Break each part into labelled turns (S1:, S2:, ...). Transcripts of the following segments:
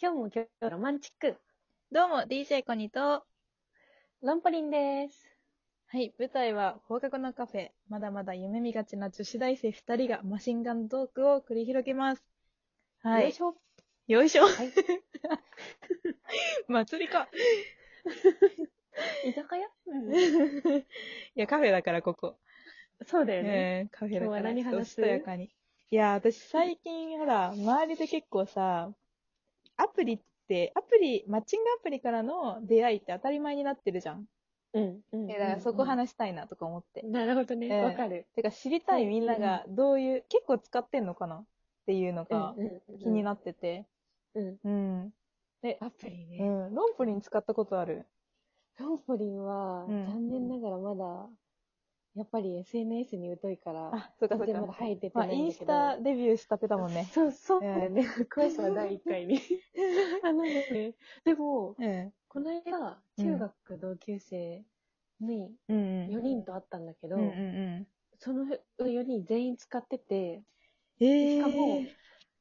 S1: 今日も今日ロマンチック。
S2: どうも、DJ コニと、
S1: ロンポリンです。
S2: はい、舞台は放課後のカフェ。まだまだ夢見がちな女子大生2人がマシンガントークを繰り広げます。は
S1: よい
S2: い。
S1: しょ。
S2: よいしょ。
S1: はい。
S2: 祭り か。
S1: 居酒屋、
S2: いや、カフェだから、ここ。
S1: そうだよね。
S2: ね、カフェだから、
S1: 今日は何話
S2: ちょっと
S1: す
S2: しとやかに。いや、私最近、ほら、周りで結構さ、アプリって、アプリ、マッチングアプリからの出会いって当たり前になってるじゃん。
S1: うん。うん。
S2: えだからそこ話したいなとか思って。
S1: なるほど
S2: え
S1: ね。
S2: え
S1: わ、かる。
S2: てか知りた
S1: う
S2: い
S1: ん
S2: みんながどういう、結構使ってんのかなっていうのが気に
S1: な
S2: なってて。
S1: うん。
S2: うん。で、
S1: アプリ
S2: う
S1: ね。
S2: ん。ロンプリン使ったことある
S1: ロンポリンは、
S2: うん
S1: 残念ながらまだ、やっぱり SNS に疎いから、
S2: あ、そうかそう
S1: 全然ま
S2: か
S1: だ。入れて
S2: ま
S1: な
S2: あ、
S1: い
S2: イ
S1: ん
S2: ン
S1: だ
S2: ス
S1: けど。
S2: タデビューしたてだもんね。
S1: そう、そう
S2: ええ
S1: だよね。詳しくは第1回に。 あのね、でも、
S2: うん。
S1: この間、
S2: うん
S1: 中学同級生に
S2: うんうん。
S1: 4人と会ったんだけど、
S2: うんうん
S1: その4人全員使ってて、
S2: うん。
S1: し
S2: えー、
S1: かも、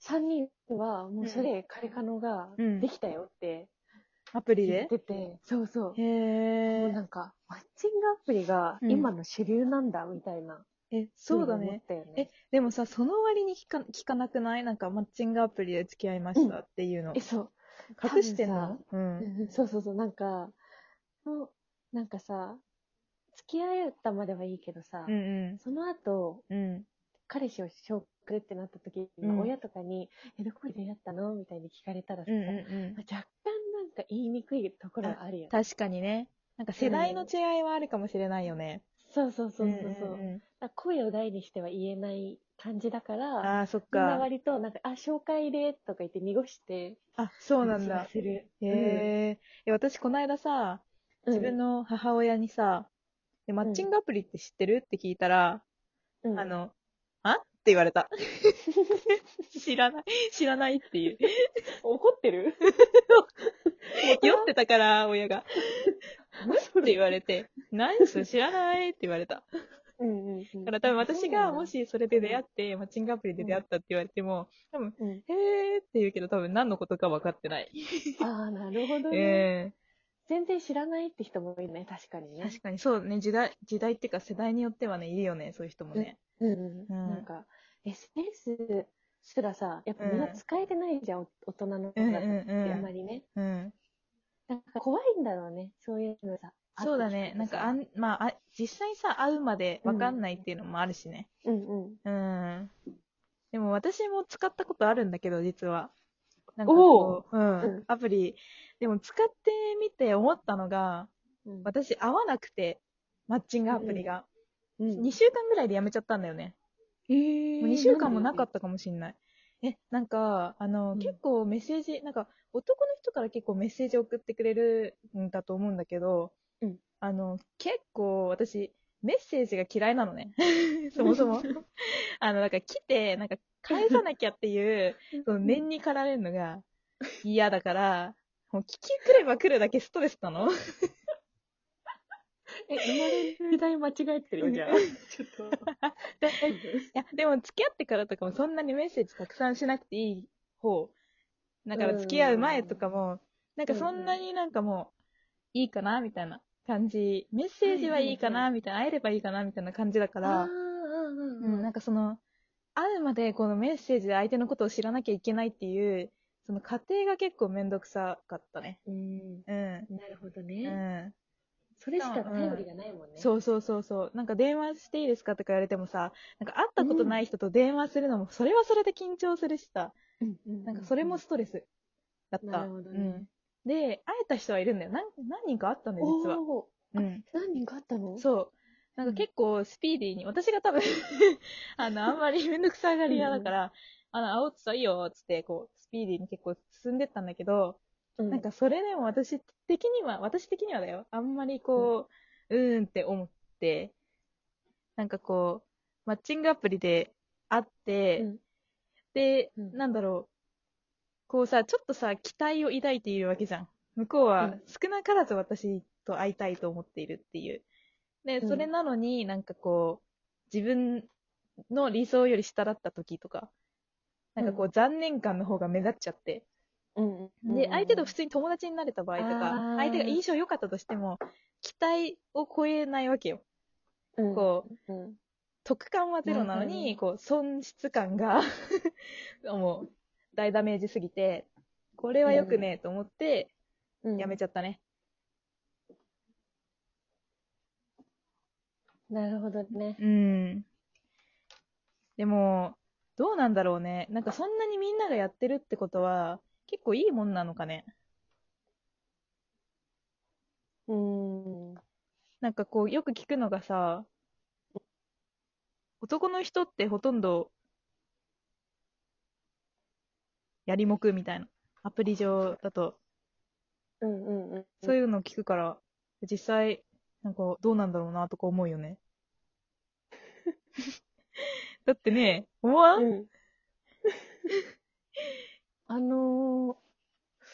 S1: 3人はもうそれ、カレカノが
S2: うん
S1: できたよって
S2: アプリ
S1: 言って
S2: で
S1: て、そうそう。
S2: へ
S1: もう
S2: え
S1: な。んか、マッチングアプリが
S2: うん
S1: 今の主流なんだ、みたいな。
S2: え、そうだ
S1: ふに思
S2: ね
S1: っ。たよ
S2: え
S1: ね。、
S2: でもさ、その割に聞か聞かなくないなんか、マッチングアプリで付き合いましたっていうの
S1: え、。そう。
S2: 隠してんの
S1: 多う
S2: う。
S1: んんうんそうそうそう、なんか、もうなんかさ、付き合えたまではいいけどさ、
S2: うんう
S1: その後、
S2: ん。うん。
S1: 彼氏を紹介ってなった時に、
S2: うん
S1: 親とかに、え、どこで出会ったのみたいに聞かれたらさ、
S2: うんうんうん。
S1: まあ若干なんか言いにくいところがあるよね。
S2: 確かにね。なんか世代の違いはあるかもしれないよね。
S1: そうそうそうそうそう。
S2: んん
S1: だ
S2: ん
S1: から声を大にしては言えない感じだから、
S2: ああ、そっ
S1: みんな
S2: か。
S1: 割と、なんか、あ、紹介で、とか言って濁して、
S2: あ、そうなん
S1: 話が
S2: だ。
S1: する。
S2: へえ。いや私、この間さ、
S1: うん
S2: 自分、の母親にさ、でマッチングアプリって知ってるって聞いたら、
S1: うん
S2: あ、の、あって言われた。 知らない、知らないっていう。
S1: 怒ってる
S2: 酔ってたから、親が。
S1: っ
S2: って言わ
S1: れ
S2: れて、何それ知らないって言われた。
S1: うんうんうん。
S2: だから多分私がもしそれで出会って、マッチングアプリで出会ったって言われても、多分、
S1: うん、
S2: へーって言うけど多分何のことか分かってない。
S1: ああ、なるほどね、
S2: え
S1: 全然知らないって人もいるね、確かに
S2: え
S1: ね。
S2: 確かにそうね時代時代っていうか世代によってはねいるよねそういう人もね、
S1: うんう
S2: うん
S1: ん。なんか、SNS すらさ、やっぱみんな使えてないじゃん、お大人の
S2: うん、うん
S1: 方って、
S2: うん
S1: あまりね。
S2: うん
S1: なんか怖いんだろうね、そういうのさ。
S2: そうだねなんかあんまああ実際さ会うまで分かんないっていうのもあるしね
S1: うんうん。
S2: うん、でも私も使ったことあるんだけど実はなんか
S1: お
S2: こう、うん
S1: うん
S2: アプリでも使ってみて思ったのが
S1: うん
S2: 私合わなくてマッチングアプリが、
S1: うん
S2: 2週間ぐらいでやめちゃったんだよね
S1: え
S2: もう2週間もなかったかもしんない。え、なんか、あの、
S1: うん
S2: 結構メッセージ、なんか、男の人から結構メッセージ送ってくれるんだと思うんだけど、
S1: うん
S2: あの、結構私、メッセージが嫌いなのね。 そも そも。あの、なんか来て、なんか返さなきゃっていう、その念に駆られるのが嫌だから、もう聞き来れば来るだけストレスなの
S1: え、生まれる時代間違えてるよ、じゃあ。 ちょっと。
S2: だいや、でも付き合ってからとかもそんなにメッセージたくさんしなくていい方。だから付き合う前とかも、なんかそんなになんかもう、いいかなみたいな感じ。メッセージはいいかなみたいな、会えればいいかなみたいな感じだか
S1: あー
S2: ら、
S1: うん
S2: うん、なんかその、会うまでこのメッセージで相手のことを知らなきゃいけないっていう、その過程が結構めんどくさかったね。
S1: うん。
S2: うん。
S1: なるほど
S2: う
S1: ね。
S2: ん。
S1: それしか頼りがないもんね。
S2: そうそうそうそう。なんか電話していいですかとか言われてもさ、なんか会ったことない人と電話するのも、それはそれで緊張するしさ、
S1: うん。うん
S2: なんかそれもストレスだった。
S1: なるほどね
S2: うんで、会えた人はいるんだよ。何何人か会ったんだよ、
S1: お
S2: 実は。
S1: ー
S2: うん。
S1: 何人かあったの
S2: そう。なんか結構スピーディーに、私が多分、 あの、あんまりめんどくさがり屋だから、あの、会おうっつったらいいよっつって、こう、スピーディーに結構進んでったんだけど、
S1: う。
S2: なん、かそれでも私的には、私的にはだよ。あんまりこう、うーんって思って、なんかこう、マッチングアプリで会って、
S1: うん
S2: で、
S1: うん
S2: なんだろう。こうさ、ちょっとさ、期待を抱いているわけじゃん。向こう
S1: う
S2: は
S1: ん
S2: 少なからず私と会いたいと思っているっていう。で、
S1: うん
S2: それなのになんかこう、自分の理想より下だった時とか、なんかこ
S1: う
S2: う残念感の方が目立っちゃって、
S1: うんうん。
S2: で、相手と普
S1: 通
S2: 通に友達になれた場合と
S1: あ
S2: か
S1: ー、
S2: 相手が印象良かったとしても、期待を超えないわけよ。こう、
S1: うん、うん。
S2: 得感はゼロなの
S1: うんうん
S2: に、こう、損失感が、 もう、大ダメージすぎて、これは良くねえと思って、
S1: うん
S2: やめちゃったね。
S1: なるほどね。
S2: うん。でも、どうなんだろうね。なんかそんなにみんながやってるってことは、結構いいもんなのかね。
S1: うん。
S2: なんかこう、よく聞くのがさ、男の人ってほとんど、やりもくみたいな。アプリ上だと、
S1: うんうんうん。
S2: そう
S1: いう。
S2: いうの聞くから、実際、なんかどうなんだろうなとか思うよ ね。だってね、思わん、
S1: うん、あのー、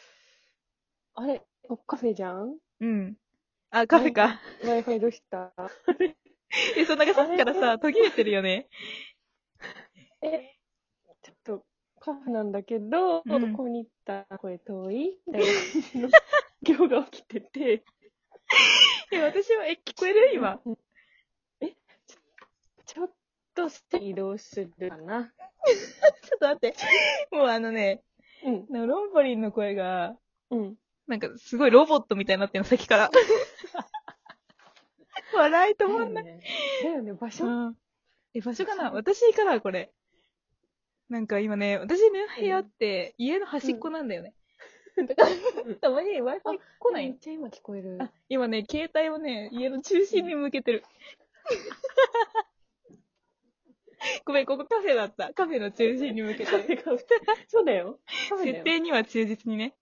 S1: あれ、ここカフェじゃん
S2: うん。あ、カフェか。
S1: ?Wi-Fi どうした
S2: え、そう、なんかさっきからさ、途切れてるよね。
S1: え、ちょっと、カフェなんだけど、
S2: うん
S1: ここに行ったら声遠いみたいな感じの行が起きてて。
S2: え、私は、え、聞こえる今。
S1: うん。え、ちょちょっとして移動するかな。
S2: ちょっと待って。 もうあのね、
S1: うん。
S2: なんかロンポリンの声が、
S1: うん。
S2: なんかすごいロボットみたいになってるの、先から。 笑い
S1: だ
S2: 止ま
S1: よ
S2: んない。
S1: ね。だよね、場所。
S2: うんえ、場所かな
S1: そう
S2: 私からこれ。なんか今ね、私の部屋って家の端っこなんだよね。だから
S1: うん、
S2: たまに Wi-Fi 来な
S1: め
S2: い
S1: っ。ちゃ今聞こえる。
S2: あ、今ね、携帯をね、家の中心に向けて る。ごめん、ここカフェだった。カフェの中心に向けてる。
S1: そうだよ。そうだよ
S2: 設。定には忠実にね。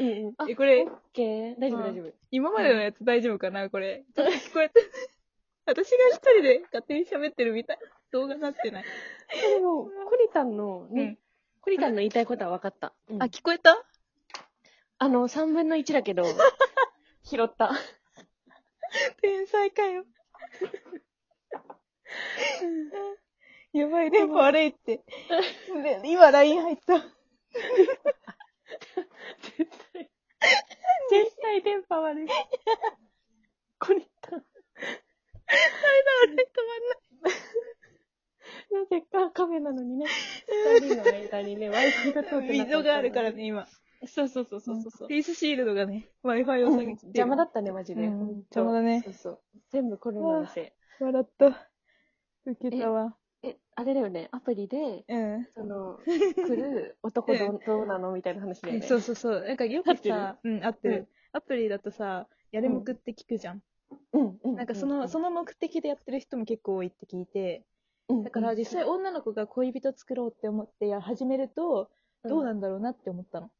S1: うんうん。あ
S2: え、これ
S1: オッ、ケー。大丈夫、
S2: うん
S1: 大丈夫。
S2: 今までのやつ大丈夫かなこれ。ちょっと聞こえて。 私が一人で勝手に喋ってるみたい。動画なってない。
S1: でも、コリタンのね、
S2: うん
S1: コリタンの言いたいことは分かった。うん
S2: あ、聞こえた
S1: あの、3分の1だけど、 拾った。
S2: 天才 かよ。やばい、電波悪いって。で今 LINE 入った。
S1: 絶対、絶対電波悪い。コリタン、なぜかカフェなの にね、二人の間にね、Wi-Fi が通ってなか
S2: 止まんない。
S1: った
S2: 溝があるから。ね、今。
S1: そうそうそうそうそう。
S2: フェイスシールドがね、Wi-Fi を下げてる。
S1: 邪魔だったね、マジで。
S2: うん
S1: ほと
S2: 邪魔だね
S1: そうそう。全部コロナのせい。
S2: 笑った。受けたわ。
S1: え、あれだよね、アプリで、
S2: うん。
S1: その、来る男どうどうなのみたいな話だよね。
S2: そうそうそう。なんかよ
S1: 合
S2: く
S1: ってる
S2: さ、うん、合ってる。アプリだとさ、やれ目って聞くじゃん。
S1: うん。うん。
S2: なんかその、その目的でやってる人も結構多いって聞いて、
S1: の
S2: だから実際女の子が恋人作ろうって思ってや始めると、どうなんだろうなって思ったの。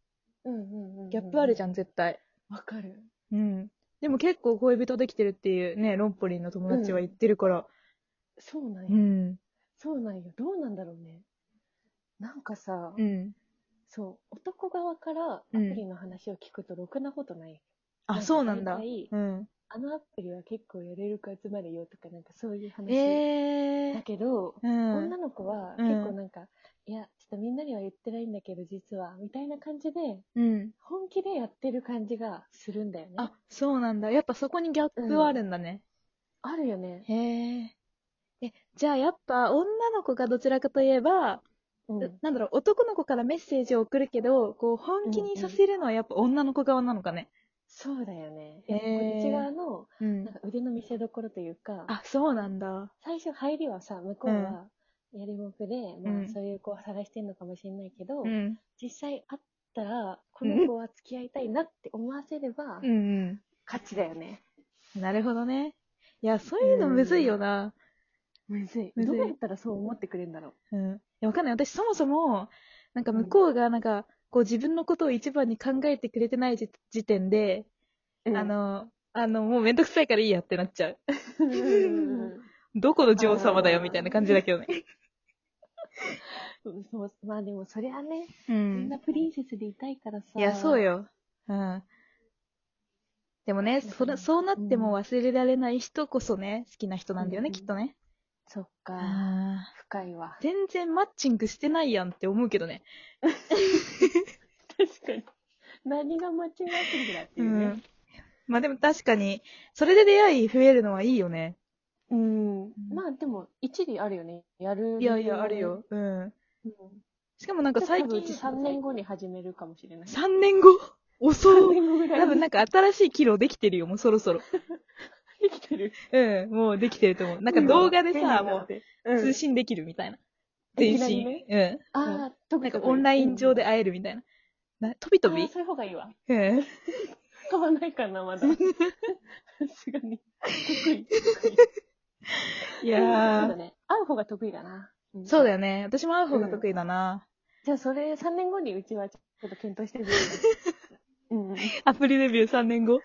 S1: うんうんうん。
S2: ギャップあるじ
S1: ゃ
S2: ゃん、絶対。
S1: ん。わかる。
S2: うん。でも結構恋人できてるっていうね、ロンポリンの友達は言ってるから。
S1: そうなん
S2: う
S1: や。
S2: ん。
S1: そうなんよ。どうなんだろうね。なんかさ、
S2: うん。
S1: そう、男側からアプリの話を聞くとろくなことない。
S2: あ、そうなんだ
S1: 大。体
S2: うん。
S1: あのアプリは結構やれるか集まるよとか、なんかそういう話。
S2: え
S1: だけど、
S2: うん。
S1: 女の子は
S2: うん
S1: 結構なんか、いや、ちょっとみんなには言ってないんだけど、実は、みたいな感じで、
S2: うん。
S1: 本気でやってる感じがするんだよね。
S2: あ、、そうなんだ。やっぱそこにギャップはあるんだね。
S1: あるよね。
S2: へえ。え、じゃあやっぱ女の子がどちらかといえば、
S1: うん。
S2: なんだろう、男の子からメッセージを送るけど、こう、本気にさせるのはやっぱ女の子側なのかね。
S1: そうだよね。
S2: へ
S1: こ
S2: ー
S1: っち側の、
S2: うん
S1: なんか腕の見せ所というか、
S2: あ、そうなんだ。
S1: 最初入りはさ、向こうは、やりもくで、
S2: う
S1: まあ
S2: ん
S1: そういう子を探してんのかもしれないけど、
S2: うん。
S1: 実際会ったら、この子は付き合いたいなって思わせれば、
S2: うんうん。
S1: 勝ちだよね。
S2: なるほどね。いや、そういうのむずいよな。
S1: むずい。
S2: むず
S1: ど
S2: いう
S1: やったらそう思ってくれるんだろう。
S2: うん。いや、わかんない。私、そもそも、なんか向こうが、なんか、こう自分のことを一番に考えてくれてないじ時点で、あ、の、あの、もうめんどくさいからいいやってなっちゃう。
S1: うん
S2: どこの女王様だよ、みたいな感じだけどね。
S1: そうまあでもそりゃね、
S2: う
S1: みん
S2: ん
S1: な。プリンセスでいたいからさ。
S2: いや、そう。よ。うん。でもね、それ、そうなっても忘れられない人こそね、好きな人なんだよね、
S1: うん
S2: きっとね。
S1: そっか、
S2: ああ。
S1: 深いわ。
S2: 全然マッチングしてないやんって思うけどね。
S1: 確かに。何がマッチングアプリだって
S2: う
S1: いうね
S2: ん。。まあでも確かに、それで出会い増えるのはいいよね。
S1: うん。まあでも、一理あるよね。やる。
S2: いやいや、あるよ。。うん。
S1: うん、
S2: しかもなんか
S1: 最
S2: 最
S1: 近。
S2: 近、
S1: うち3年後に始めるかもしれない。
S2: 3年後遅
S1: 3
S2: い。
S1: 年後ぐらい。
S2: 多分なんか新しい機能できてるよ、もうそろそろ。
S1: できてる。
S2: うん、もうできてると思う。なんか動画でさ、も
S1: う
S2: う
S1: 通
S2: 通
S1: 信。
S2: 信できるみたいな。
S1: い
S2: 全
S1: きなり
S2: 身。
S1: ね
S2: うん。もう
S1: ああ、特
S2: なんかオンライン上で会えるみたいな。な飛び飛
S1: あ
S2: び
S1: ーそういう方がいいわ。
S2: うん。
S1: 買わないかな、まだ。さすがに。得意。得意
S2: い
S1: そうだ
S2: や
S1: ね。会う方が得意だな。
S2: ー。そうだ
S1: よ。
S2: よね。私も会う方が得意だな。
S1: じゃあ、それ3年後にうちはちょっと検討してみ る。うんうん。
S2: アプリデビュー3年後。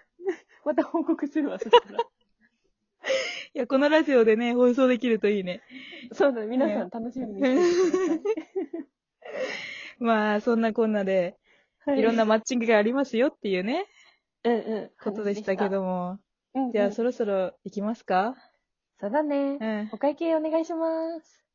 S1: また報告するわ、そしたら。
S2: いや、このラジオでね、放送できるといいね。
S1: そうだね。皆さん楽しみにしててくださ
S2: まあ、そんなこんなで、
S1: い。はい
S2: ろんな、マッチングがありますよっていうね、
S1: うんうん。
S2: ことでしたけども。
S1: うんうん。
S2: じゃあ、そろそろ行きますか
S1: そうだね
S2: う。ん。
S1: お会計お願いします。